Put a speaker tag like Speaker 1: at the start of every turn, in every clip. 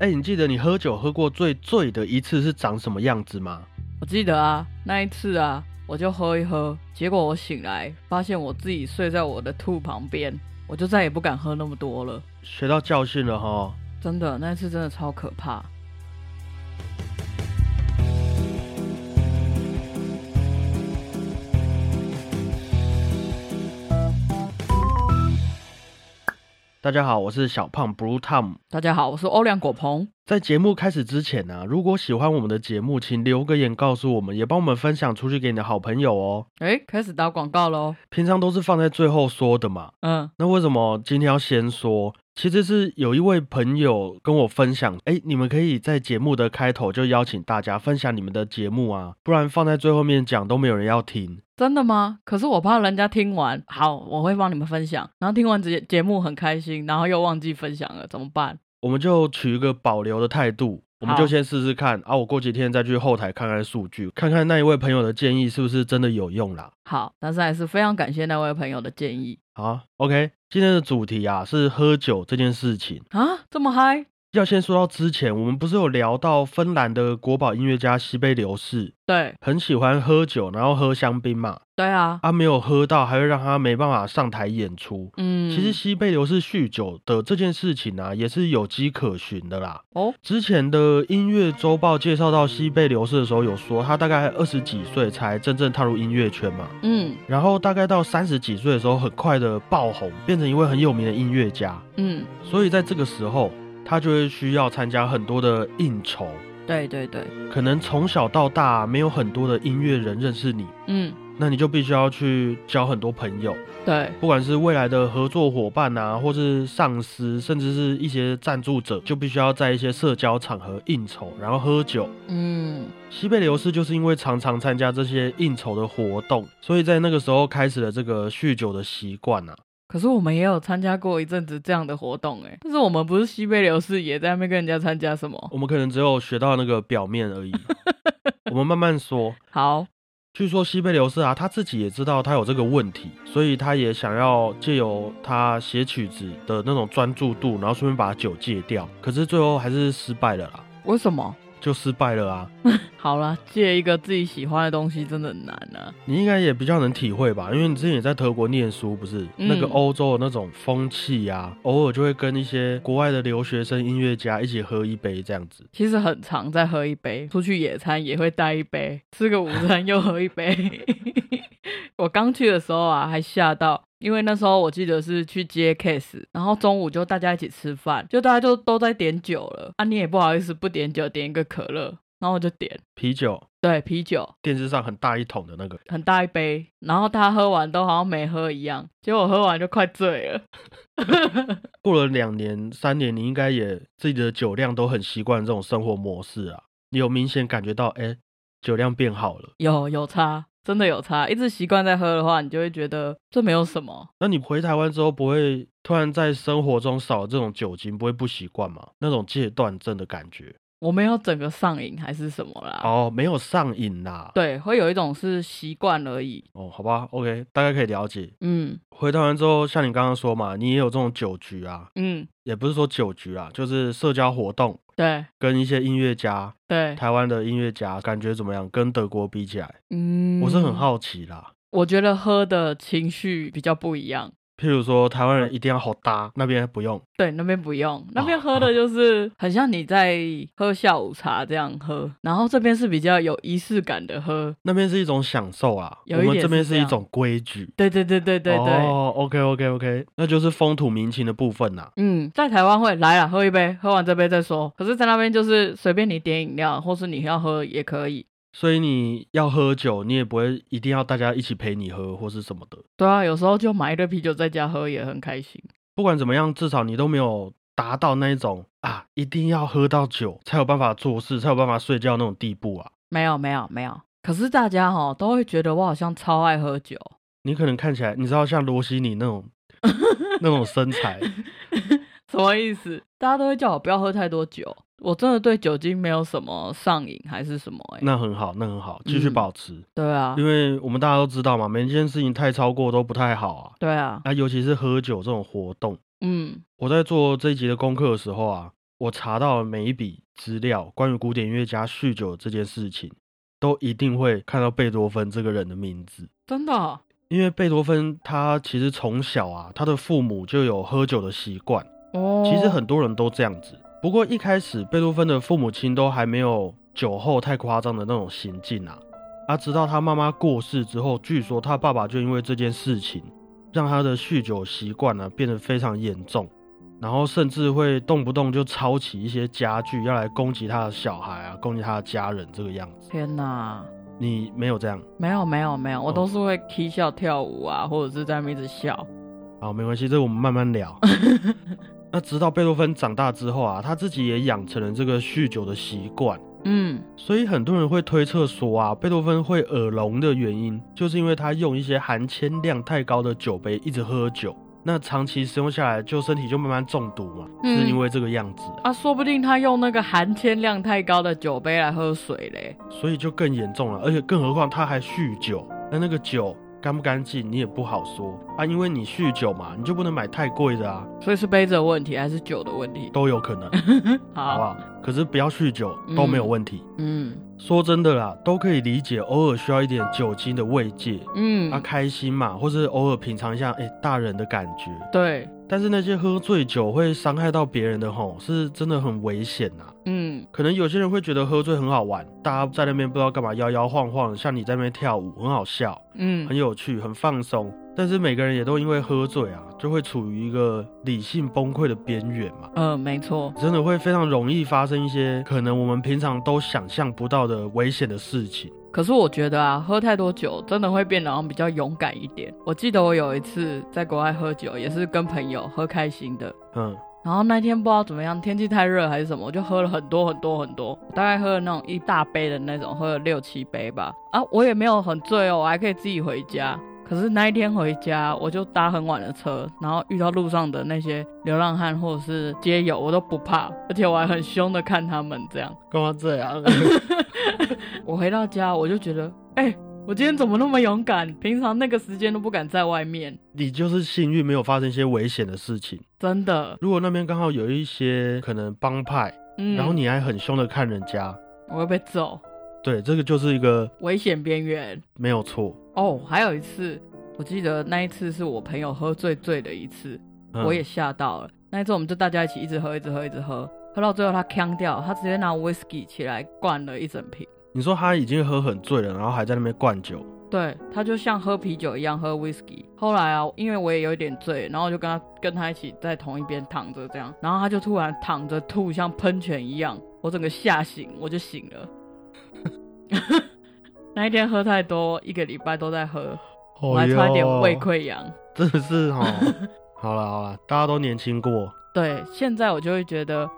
Speaker 1: 哎、你记得你喝酒喝过最醉的一次是长什么样子吗？
Speaker 2: 我记得啊，那一次啊，我就喝一喝，结果我醒来发现我自己睡在我的吐旁边，我就再也不敢喝那么多了。
Speaker 1: 学到教训了哈。
Speaker 2: 真的，那一次真的超可怕。
Speaker 1: 大家好，我是小胖 Blue Tom。
Speaker 2: 大家好，我是欧良果鹏，
Speaker 1: 在节目开始之前呢、如果喜欢我们的节目，请留个言告诉我们，也帮我们分享出去给你的好朋友哦。
Speaker 2: 哎，开始打广告喽。
Speaker 1: 平常都是放在最后说的嘛，
Speaker 2: 嗯，
Speaker 1: 那为什么今天要先说？其实是有一位朋友跟我分享，哎，你们可以在节目的开头就邀请大家分享你们的节目啊，不然放在最后面讲都没有人要听。
Speaker 2: 真的吗？可是我怕人家听完，好，我会帮你们分享，然后听完节节目很开心，然后又忘记分享了，怎么办？
Speaker 1: 我们就取一个保留的态度，我们
Speaker 2: 好
Speaker 1: 就先试试看啊。我过几天再去后台看看数据，看看那一位朋友的建议是不是真的有用啦。
Speaker 2: 好，但是还是非常感谢那位朋友的建议
Speaker 1: 好，OK，今天的主题啊是喝酒这件事情。
Speaker 2: 啊，这么嗨，
Speaker 1: 要先说到之前，我们不是有聊到芬兰的国宝音乐家西贝流士
Speaker 2: 对
Speaker 1: 很喜欢喝酒，然后喝香槟嘛，
Speaker 2: 对啊，
Speaker 1: 啊没有喝到，还会让他没办法上台演出。
Speaker 2: 嗯，
Speaker 1: 其实西贝流士酗酒的这件事情啊，也是有迹可循的啦。
Speaker 2: 哦，
Speaker 1: 之前的音乐周报介绍到西贝流士的时候，有说他大概二十几岁才真正踏入音乐圈嘛，
Speaker 2: 嗯
Speaker 1: 然后大概到三十几岁的时候，很快的爆红，变成一位很有名的音乐家。
Speaker 2: 嗯，
Speaker 1: 所以在这个时候，他就会需要参加很多的应酬，
Speaker 2: 对对对，
Speaker 1: 可能从小到大没有很多的音乐人认识你，
Speaker 2: 嗯
Speaker 1: 那你就必须要去交很多朋友，
Speaker 2: 对，
Speaker 1: 不管是未来的合作伙伴啊，或是上司，甚至是一些赞助者，就必须要在一些社交场合应酬，然后喝酒。
Speaker 2: 嗯
Speaker 1: 西贝流士就是因为常常参加这些应酬的活动，所以在那个时候开始了这个酗酒的习惯啊。
Speaker 2: 可是我们也有参加过一阵子这样的活动哎，但是我们不是西贝流士也在那边跟人家参加什么？
Speaker 1: 我们可能只有学到那个表面而已，我们慢慢说。
Speaker 2: 好，
Speaker 1: 据说西贝流士啊，他自己也知道他有这个问题，所以他也想要借由他写曲子的那种专注度，然后顺便把酒戒掉。可是最后还是失败了啦，
Speaker 2: 为什么？
Speaker 1: 就失败了啊。
Speaker 2: 好啦，借一个自己喜欢的东西真的很难啊。
Speaker 1: 你应该也比较能体会吧，因为你之前也在德国念书，不是、
Speaker 2: 嗯
Speaker 1: 那个欧洲的那种风气啊，偶尔就会跟一些国外的留学生音乐家一起喝一杯这样子。
Speaker 2: 其实很常再喝一杯，出去野餐也会带一杯，吃个午餐又喝一杯。 我刚去的时候啊，还吓到，因为那时候我记得是去接 case，然后中午就大家一起吃饭，就大家就都在点酒了啊，你也不好意思不点酒，点一个可乐，然后我就点，
Speaker 1: 啤酒，
Speaker 2: 对，啤酒
Speaker 1: 电视上很大一桶的那个，
Speaker 2: 很大一杯，然后他喝完都好像没喝一样，结果我喝完就快醉了。
Speaker 1: 过了两年、三年，你应该也自己的酒量都很习惯这种生活模式啊，你有明显感觉到，哎，酒量变好了。
Speaker 2: 有有差，真的有差。一直习惯在喝的话，你就会觉得这没有什么。
Speaker 1: 那你回台湾之后，不会突然在生活中少了这种酒精，不会不习惯吗？那种戒断症的感觉。
Speaker 2: 我没有整个上瘾还是什么啦。
Speaker 1: 哦，没有上瘾啦。
Speaker 2: 对，会有一种是习惯而已。
Speaker 1: 哦，好吧，OK，大概可以了解。
Speaker 2: 嗯
Speaker 1: 回台湾之后，像你刚刚说嘛，你也有这种酒局啊，
Speaker 2: 嗯，
Speaker 1: 也不是说酒局啊，就是社交活动，
Speaker 2: 对
Speaker 1: 跟一些音乐家，
Speaker 2: 对，
Speaker 1: 台湾的音乐家感觉怎么样？跟德国比起来，
Speaker 2: 嗯，
Speaker 1: 我是很，好奇啦。
Speaker 2: 我觉得喝的情绪比较不一样。
Speaker 1: 譬如说，台湾人一定要好搭，那边不用。
Speaker 2: 对，那边不用，那边
Speaker 1: 哦
Speaker 2: 喝的就是很像你在喝下午茶这样喝，然后这边是比较有仪式感的喝。
Speaker 1: 那边是一种享受啊，我
Speaker 2: 有一
Speaker 1: 们
Speaker 2: 点
Speaker 1: 这边
Speaker 2: 是这
Speaker 1: 是一
Speaker 2: 样
Speaker 1: 种规矩。
Speaker 2: 对对对对对对，
Speaker 1: 哦，OK OK OK，那就是风土民情的部分呐、
Speaker 2: 嗯，在台湾会来啦，喝一杯，喝完这杯再说。可是，在那边就是随便你点饮料，或是你要喝也可以。
Speaker 1: 所以你要喝酒，你也不会一定要大家一起陪你喝或是什么的。
Speaker 2: 对啊，有时候就买一堆啤酒在家喝也很开心。
Speaker 1: 不管怎么样，至少你都没有达到那一种啊，一定要喝到酒才有办法做事，才有办法睡觉那种地步啊。
Speaker 2: 没有，没有，没有。可是大家哈都会觉得我好像超爱喝酒，
Speaker 1: 你可能看起来，你知道像罗西尼那种那种身材，
Speaker 2: 什么意思？大家都会叫我不要喝太多酒。我真的对酒精没有什么上瘾还是什么、欸？哎，
Speaker 1: 那很好，那很好，继续
Speaker 2: 嗯
Speaker 1: 保持，
Speaker 2: 对啊，
Speaker 1: 因为我们大家都知道嘛，每一件事情太超过都不太好啊。
Speaker 2: 对啊，
Speaker 1: 啊，尤其是喝酒这种活动，
Speaker 2: 嗯
Speaker 1: 我在做这一集的功课的时候啊，我查到的每一笔资料，关于古典音乐家酗酒这件事情，都一定会看到贝多芬这个人的名字。
Speaker 2: 真的哦、
Speaker 1: 因为贝多芬他其实从小啊，他的父母就有喝酒的习惯，
Speaker 2: 哦
Speaker 1: 其实很多人都这样子。不过一开始贝多芬的父母亲都还没有酒后太夸张的那种行径啊，啊，直到他妈妈过世之后，据说他爸爸就因为这件事情，让他的酗酒习惯呢、变得非常严重，然后甚至会动不动就抄起一些家具要来攻击他的小孩啊，攻击他的家人这个样子。
Speaker 2: 天哪，
Speaker 1: 你没有这样？
Speaker 2: 没有没有没有，我
Speaker 1: 哦
Speaker 2: 都是会 k 笑跳舞啊，或者是在那边一直笑。
Speaker 1: 好，没关系，这个我们慢慢聊。那直到贝多芬长大之后啊，他自己也养成了这个酗酒的习惯，
Speaker 2: 嗯，
Speaker 1: 所以很多人会推测说啊，贝多芬会耳聋的原因，就是因为他用一些含铅量太高的酒杯一直喝酒，那长期使用下来，就身体就慢慢中毒嘛，
Speaker 2: 嗯
Speaker 1: 是因为这个样子，
Speaker 2: 啊，说不定他用那个含铅量太高的酒杯来喝水嘞。
Speaker 1: 所以就更严重了。而且更何况他还酗酒，那那个酒干不干净你也不好说啊，因为你酗酒嘛，你就不能买太贵的啊，
Speaker 2: 所以是杯子的问题还是酒的问题？啊
Speaker 1: 都有可能。好不啊好？可是不要酗酒都没有问题。
Speaker 2: 嗯
Speaker 1: 说真的啦，都可以理解，偶尔需要一点酒精的慰藉，
Speaker 2: 嗯，
Speaker 1: 啊，开心嘛，或是偶尔品尝一下，哎、大人的感觉。
Speaker 2: 对，
Speaker 1: 但是那些喝醉酒会伤害到别人的吼，是真的很危险呐、
Speaker 2: 嗯
Speaker 1: 可能有些人会觉得喝醉很好玩，大家在那边不知道干嘛摇摇晃晃的，像你在那边跳舞，很好笑，很
Speaker 2: 嗯，
Speaker 1: 有趣，很放松。但是每个人也都因为喝醉啊，就会处于一个理性崩溃的边缘嘛。
Speaker 2: 呃，没错，
Speaker 1: 真的会非常容易发生一些可能我们平常都想象不到的危险的事情。
Speaker 2: 可是我觉得啊，喝太多酒真的会变得好像比较勇敢一点。我记得我有一次在国外喝酒，也是跟朋友喝开心的，
Speaker 1: 嗯，
Speaker 2: 然后那天不知道怎么样，天气太热还是什么，我就喝了很多很多很多，大概喝了那种一大杯的那种，喝了六七杯吧。啊，我也没有很醉哦，我还可以自己回家。可是那一天回家，我就搭很晚的车，然后遇到路上的那些流浪汉或者是街友，我都不怕，而且我还很凶的看他们这样。
Speaker 1: 干嘛这 样？
Speaker 2: 我回到家，我就觉得，哎、我今天怎么那么勇敢？平常那个时间都不敢在外面，
Speaker 1: 你就是幸运没有发生一些危险的事情。
Speaker 2: 真的。
Speaker 1: 如果那边刚好有一些可能帮派，
Speaker 2: 嗯，
Speaker 1: 然后你还很凶的看人家，
Speaker 2: 我会被揍，
Speaker 1: 对，这个就是一个
Speaker 2: 危险边缘。
Speaker 1: 没有错。
Speaker 2: 哦，还有一次，我记得那一次是我朋友喝醉醉的一次，
Speaker 1: 嗯
Speaker 2: 我也吓到了。那一次我们就大家一起一直喝，一直喝，一直喝，喝到最后他呛掉，他直接拿 whisky 起来灌了一整瓶。
Speaker 1: 你说他已经喝很醉了，然后还在那边灌酒，
Speaker 2: 对，他就像喝啤酒一样喝 whisky。后来啊，因为我也有一点醉，然后我就跟他跟他一起在同一边躺着这样，然后他就突然躺着吐，像喷泉一样，我整个吓醒，我就醒了。 那一天喝太多，一个礼拜都在喝，我
Speaker 1: 哎
Speaker 2: 还差一点胃，溃疡。
Speaker 1: 真的是 哈。好了好了，大家都年轻过，
Speaker 2: 对，现在我就会觉得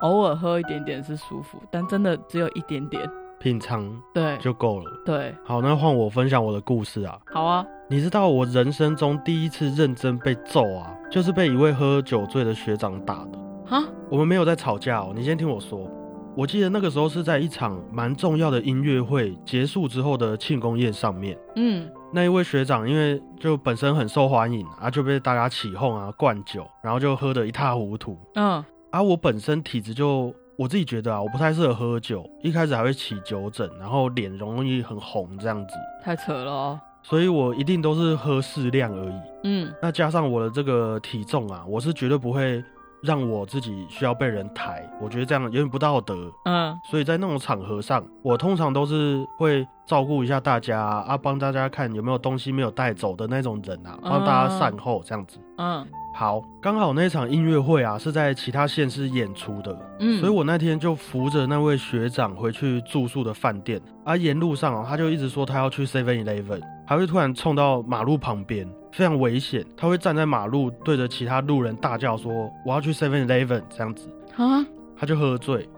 Speaker 2: 偶尔喝一点点是舒服，但真的只有一点点。
Speaker 1: 品尝
Speaker 2: 对，
Speaker 1: 就够了。
Speaker 2: 对，
Speaker 1: 好，那换我分享我的故事啊。
Speaker 2: 好啊，
Speaker 1: 你知道我人生中第一次认真被揍啊，就是被一位喝酒醉的学长打的。
Speaker 2: 哈，
Speaker 1: 我们没有在吵架哦，你先听我说。我记得那个时候是在一场蛮重要的音乐会结束之后的庆功宴上面，
Speaker 2: 嗯
Speaker 1: 那一位学长因为就本身很受欢迎啊，就被大家起哄啊、灌酒，然后就喝得一塌糊涂。
Speaker 2: 嗯
Speaker 1: 啊，我本身体质就我自己觉得啊，我不太适合喝酒，一开始还会起酒疹，然后脸容易很红这样子，
Speaker 2: 太扯了哦，
Speaker 1: 所以我一定都是喝适量而已。
Speaker 2: 嗯
Speaker 1: 那加上我的这个体重啊，我是绝对不会让我自己需要被人抬，我觉得这样有点不道德。
Speaker 2: 嗯
Speaker 1: 所以在那种场合上，我通常都是会照顾一下大家啊，啊帮大家看有没有东西没有带走的那种人啊，帮大家善后这样子。
Speaker 2: 嗯
Speaker 1: 好，刚好那场音乐会啊是在其他县市演出的，
Speaker 2: 嗯，
Speaker 1: 所以我那天就扶着那位学长回去住宿的饭店，啊，沿路上啊，他就一直说他要去 Seven Eleven，还会突然冲到马路旁边，非常危险。他会站在马路对着其他路人大叫说：“我要去 Seven Eleven。”这样子，
Speaker 2: 啊
Speaker 1: 他就喝醉，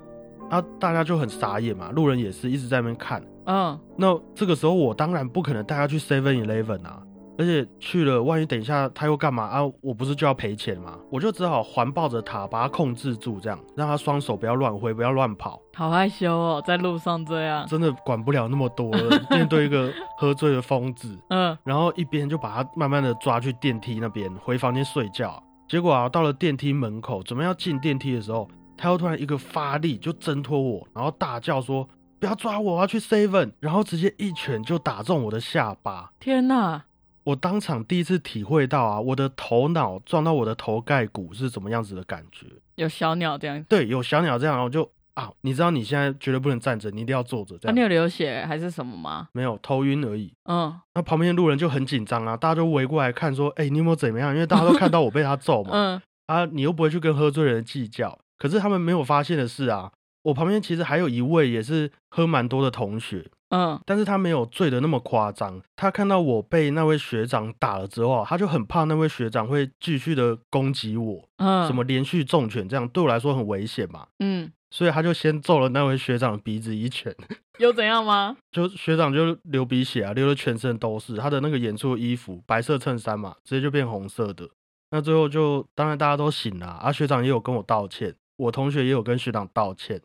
Speaker 1: 啊，大家就很傻眼嘛，路人也是一直在那边看。
Speaker 2: 嗯
Speaker 1: 那这个时候我当然不可能带他去 Seven Eleven 啊，而且去了，万一等一下他又干嘛啊？我不是就要赔钱吗？我就只好环抱着他，把他控制住，这样让他双手不要乱挥，不要乱跑，
Speaker 2: 好害羞哦，在路上这样，
Speaker 1: 真的管不了那么多了。面对一个喝醉的疯子，
Speaker 2: 嗯
Speaker 1: 然后一边就把他慢慢的抓去电梯那边，回房间睡觉啊、结果啊，到了电梯门口，准备要进电梯的时候，他又突然一个发力就挣脱我，然后大叫说：“不要抓我，我要去 seven！” 然后直接一拳就打中我的下巴。
Speaker 2: 天哪！
Speaker 1: 我当场第一次体会到啊，我的头脑撞到我的头盖骨是怎么样子的感觉。
Speaker 2: 有小鸟这样，
Speaker 1: 对，有小鸟这样，然后就啊，你知道你现在绝对不能站着，你一定要坐着这
Speaker 2: 啊，你有
Speaker 1: 样。
Speaker 2: 流血还是什么吗？
Speaker 1: 没有头晕而已。
Speaker 2: 嗯
Speaker 1: 那旁边的路人就很紧张啊，大家都围过来看说：“哎、你有没有怎么样？”因为大家都看到我被他揍嘛。
Speaker 2: 嗯，
Speaker 1: 啊，你又不会去跟喝醉人计较。可是他们没有发现的是啊，我旁边其实还有一位也是喝蛮多的同学，
Speaker 2: 嗯，
Speaker 1: 但是他没有醉的那么夸张。他看到我被那位学长打了之后啊，他就很怕那位学长会继续的攻击我，
Speaker 2: 嗯，
Speaker 1: 什么？连续重拳这样对我来说很危险嘛，
Speaker 2: 嗯，
Speaker 1: 所以他就先揍了那位学长的鼻子一拳，
Speaker 2: 有怎样吗？
Speaker 1: 就学长就流鼻血啊，流的全身都是。他的那个演出的衣服，白色衬衫嘛，直接就变红色的。那最后就当然大家都醒了啊，啊学长也有跟我道歉，我同学也有跟学长道歉，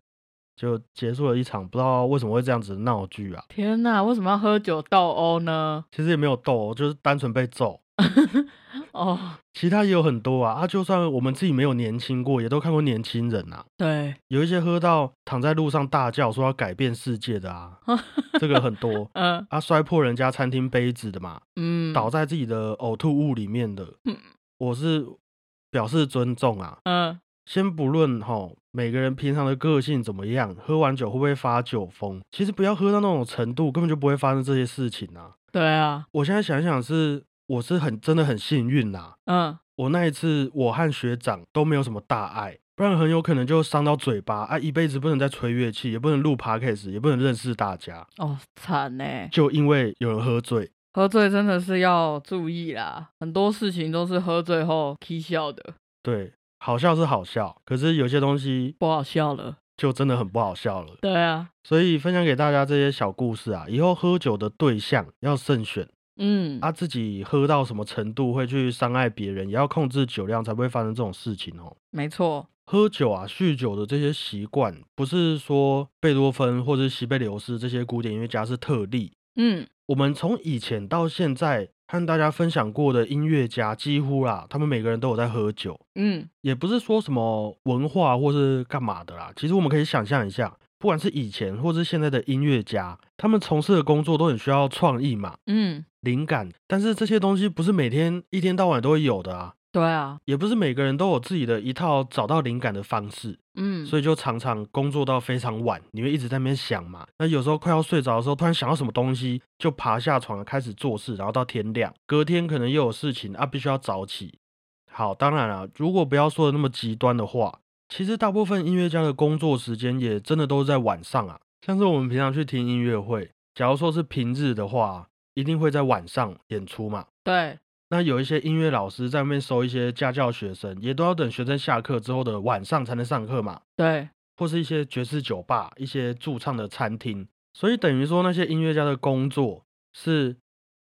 Speaker 1: 就结束了一场不知道为什么会这样子的闹剧啊。
Speaker 2: 天哪，为什么要喝酒斗殴呢？
Speaker 1: 其实也没有斗殴，就是单纯被揍。
Speaker 2: 哦，
Speaker 1: 其他也有很多啊，啊，就算我们自己没有年轻过，也都看过年轻人啊，
Speaker 2: 对，
Speaker 1: 有一些喝到躺在路上大叫说要改变世界的啊，这个很多
Speaker 2: 嗯
Speaker 1: 啊，摔破人家餐厅杯子的嘛，
Speaker 2: 嗯，
Speaker 1: 倒在自己的呕吐物里面的
Speaker 2: 嗯，
Speaker 1: 我是表示尊重啊。
Speaker 2: 嗯
Speaker 1: 先不论哈，每个人平常的个性怎么样，喝完酒会不会发酒疯，其实不要喝到那种程度，根本就不会发生这些事情啊。
Speaker 2: 对啊，
Speaker 1: 我现在想一想是，我是很真的很幸运啦、
Speaker 2: 嗯
Speaker 1: 我那一次我和学长都没有什么大碍，不然很有可能就伤到嘴巴啊，一辈子不能再吹乐器，也不能录 podcast，也不能认识大家，
Speaker 2: 哦，惨呢，
Speaker 1: 就因为有人喝醉。
Speaker 2: 喝醉真的是要注意啦，很多事情都是喝醉后踢笑的，
Speaker 1: 对，好笑是好笑，可是有些东西
Speaker 2: 不好笑了。
Speaker 1: 就真的很不好笑了。
Speaker 2: 对啊，
Speaker 1: 所以分享给大家这些小故事啊，以后喝酒的对象要慎选，
Speaker 2: 嗯，
Speaker 1: 啊，自己喝到什么程度会去伤害别人，也要控制酒量，才不会发生这种事情哦。
Speaker 2: 没错，
Speaker 1: 喝酒啊、酗酒的这些习惯，不是说贝多芬或者西贝柳斯这些古典音乐家是特例。
Speaker 2: 嗯，
Speaker 1: 我们从以前到现在和大家分享过的音乐家，几乎啦，他们每个人都有在喝酒，
Speaker 2: 嗯，
Speaker 1: 也不是说什么文化或是干嘛的啦。其实我们可以想象一下，不管是以前或是现在的音乐家，他们从事的工作都很需要创意嘛、
Speaker 2: 嗯，
Speaker 1: 灵感，但是这些东西不是每天一天到晚都会有的啊，
Speaker 2: 对啊，
Speaker 1: 也不是每个人都有自己的一套找到灵感的方式。
Speaker 2: 嗯，
Speaker 1: 所以就常常工作到非常晚，你会一直在那边想嘛。那有时候快要睡着的时候，突然想到什么东西，就爬下床开始做事，然后到天亮。隔天可能又有事情啊，必须要早起。好，当然了，如果不要说的那么极端的话，其实大部分音乐家的工作时间也真的都是在晚上啊。像是我们平常去听音乐会，假如说是平日的话，一定会在晚上演出嘛。
Speaker 2: 对，
Speaker 1: 那有一些音乐老师在外面收一些家教学生，也都要等学生下课之后的晚上才能上课嘛。
Speaker 2: 对，
Speaker 1: 或是一些爵士酒吧、一些驻唱的餐厅，所以等于说那些音乐家的工作是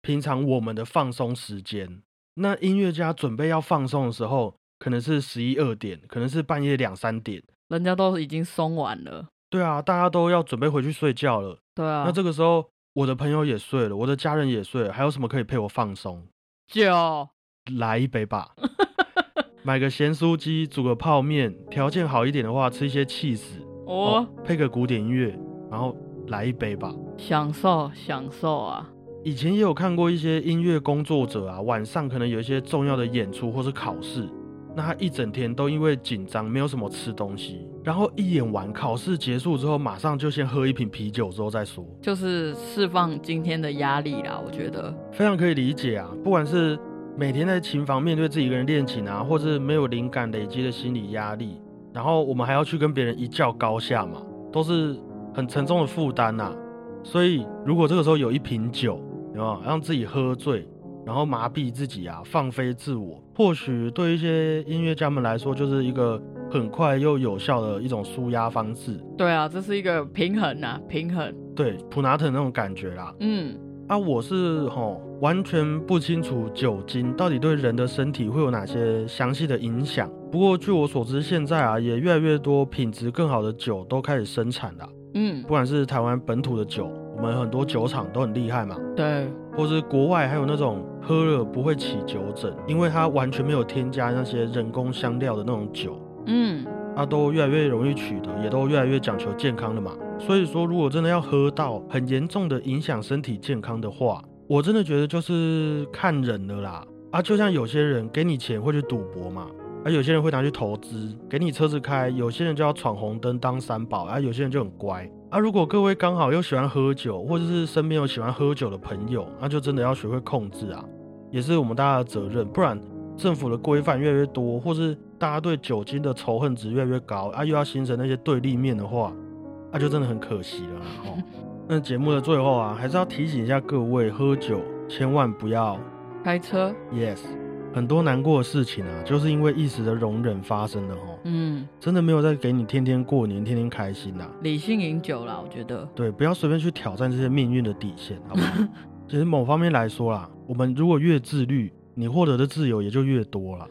Speaker 1: 平常我们的放松时间。那音乐家准备要放松的时候，可能是十一二点，可能是半夜两三点。
Speaker 2: 人家都已经松完了，
Speaker 1: 对啊，大家都要准备回去睡觉了。
Speaker 2: 对啊，
Speaker 1: 那这个时候，我的朋友也睡了，我的家人也睡了，还有什么可以陪我放松？哦
Speaker 2: 酒，
Speaker 1: 来一杯吧，买个咸酥鸡，煮个泡面，条件好一点的话，吃一些气死。
Speaker 2: 我、
Speaker 1: 哦，配个古典音乐，然后来一杯吧。
Speaker 2: 享受享受啊，
Speaker 1: 以前也有看过一些音乐工作者啊，晚上可能有一些重要的演出或是考试，那他一整天都因为紧张，没有什么吃东西，然后一演完考试结束之后，马上就先喝一瓶啤酒之后再说，
Speaker 2: 就是释放今天的压力啦，我觉得，
Speaker 1: 非常可以理解啊。不管是每天在琴房面对自己一个人练琴啊，或是没有灵感累积的心理压力，然后我们还要去跟别人一较高下嘛，都是很沉重的负担呐、所以如果这个时候有一瓶酒，有没有让自己喝醉，然后麻痹自己啊，放飞自我，或许对一些音乐家们来说，就是一个很快又有效的一种舒压方式。
Speaker 2: 对啊，这是一个平衡啊，平衡，
Speaker 1: 对，普拿腾那种感觉啦。
Speaker 2: 嗯，
Speaker 1: 啊，我是吼完全不清楚酒精到底对人的身体会有哪些详细的影响。不过据我所知，现在啊也越来越多品质更好的酒都开始生产了，
Speaker 2: 嗯
Speaker 1: 不，管是台湾本土的酒，我们很多酒厂都很厉害嘛，
Speaker 2: 对，
Speaker 1: 或是国外还有那种喝了不会起酒疹，因为它完全没有添加那些人工香料的那种酒。
Speaker 2: 嗯，
Speaker 1: 它啊都越来越容易取得，也都越来越讲求健康了嘛。所以说，如果真的要喝到很严重的影响身体健康的话，我真的觉得就是看人了啦。啊，就像有些人给你钱会去赌博嘛，而、有些人会拿去投资，给你车子开；有些人就要闯红灯当三宝，而、有些人就很乖。啊，如果各位刚好又喜欢喝酒，或者是身边有喜欢喝酒的朋友，那就真的要学会控制啊，也是我们大家的责任。不然，政府的规范越来越多，或是大家对酒精的仇恨值越来越高，啊，又要形成那些对立面的话，那、就真的很可惜了啦。哦，那节目的最后啊，还是要提醒一下各位，喝酒千万不要
Speaker 2: 开车，
Speaker 1: Yes，很多难过的事情啊，就是因为一时的容忍发生的哦，
Speaker 2: 嗯，
Speaker 1: 真的没有再给你天天过年、天天开心呐、
Speaker 2: 理性饮酒啦，我觉得，
Speaker 1: 对，不要随便去挑战这些命运的底线，好不好？其实某方面来说啦，我们如果越自律，你获得的自由也就越多啦，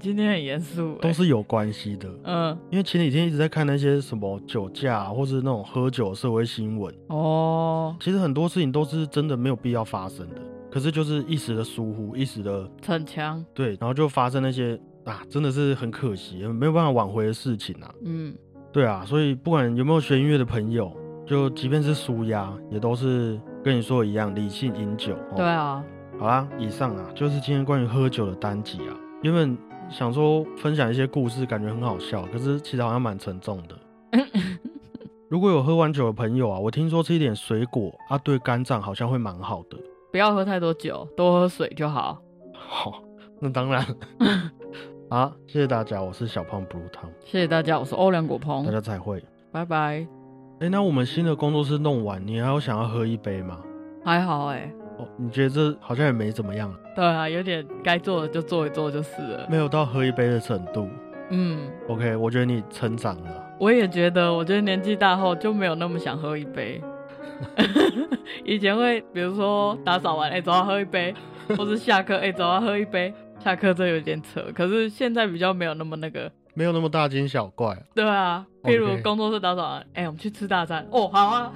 Speaker 2: 今天很严肃、欸，
Speaker 1: 都是有关系的。
Speaker 2: 嗯，
Speaker 1: 因为前几天一直在看那些什么酒驾、啊、或是那种喝酒的社会新闻，
Speaker 2: 哦，
Speaker 1: 其实很多事情都是真的没有必要发生的，可是就是一时的疏忽，一时的
Speaker 2: 逞强，
Speaker 1: 对，然后就发生那些啊，真的是很可惜，没有办法挽回的事情啊。
Speaker 2: 嗯，
Speaker 1: 对啊，所以不管有没有学音乐的朋友，就即便是舒压，也都是跟你说的一样，理性饮酒。哦、
Speaker 2: 对，啊，
Speaker 1: 好啦，以上啊就是今天关于喝酒的单集啊。原本想说分享一些故事，感觉很好笑，可是其实好像蛮沉重的。如果有喝完酒的朋友啊，我听说吃一点水果啊，对肝脏好像会蛮好的。
Speaker 2: 不要喝太多酒，多喝水就好。
Speaker 1: 好、那当然。好，谢谢大家，我是小胖 Blue 汤，
Speaker 2: 谢谢大家，我是欧良果
Speaker 1: 大
Speaker 2: 鹏，
Speaker 1: 家再会。
Speaker 2: 拜拜。
Speaker 1: 哎、那我们新的工作室弄完，你还有想要喝一杯吗？
Speaker 2: 还好哎、
Speaker 1: 哦，你觉得这好像也没怎么样啊，
Speaker 2: 对啊，有点该做的就做一做就是了。
Speaker 1: 没有到喝一杯的程度。
Speaker 2: 嗯，
Speaker 1: OK，我觉得你成长了。
Speaker 2: 我也觉得，我觉得年纪大后就没有那么想喝一 杯。以前会，比如说打扫完，哎、走要喝一杯，或是下课，哎、走要喝一杯。下课这有点扯，可是现在比较没有那么那个。
Speaker 1: 没有那么大惊小怪。
Speaker 2: 对啊，譬如
Speaker 1: OK
Speaker 2: 工作室打扫完，哎、我们去吃大餐。哦，好啊，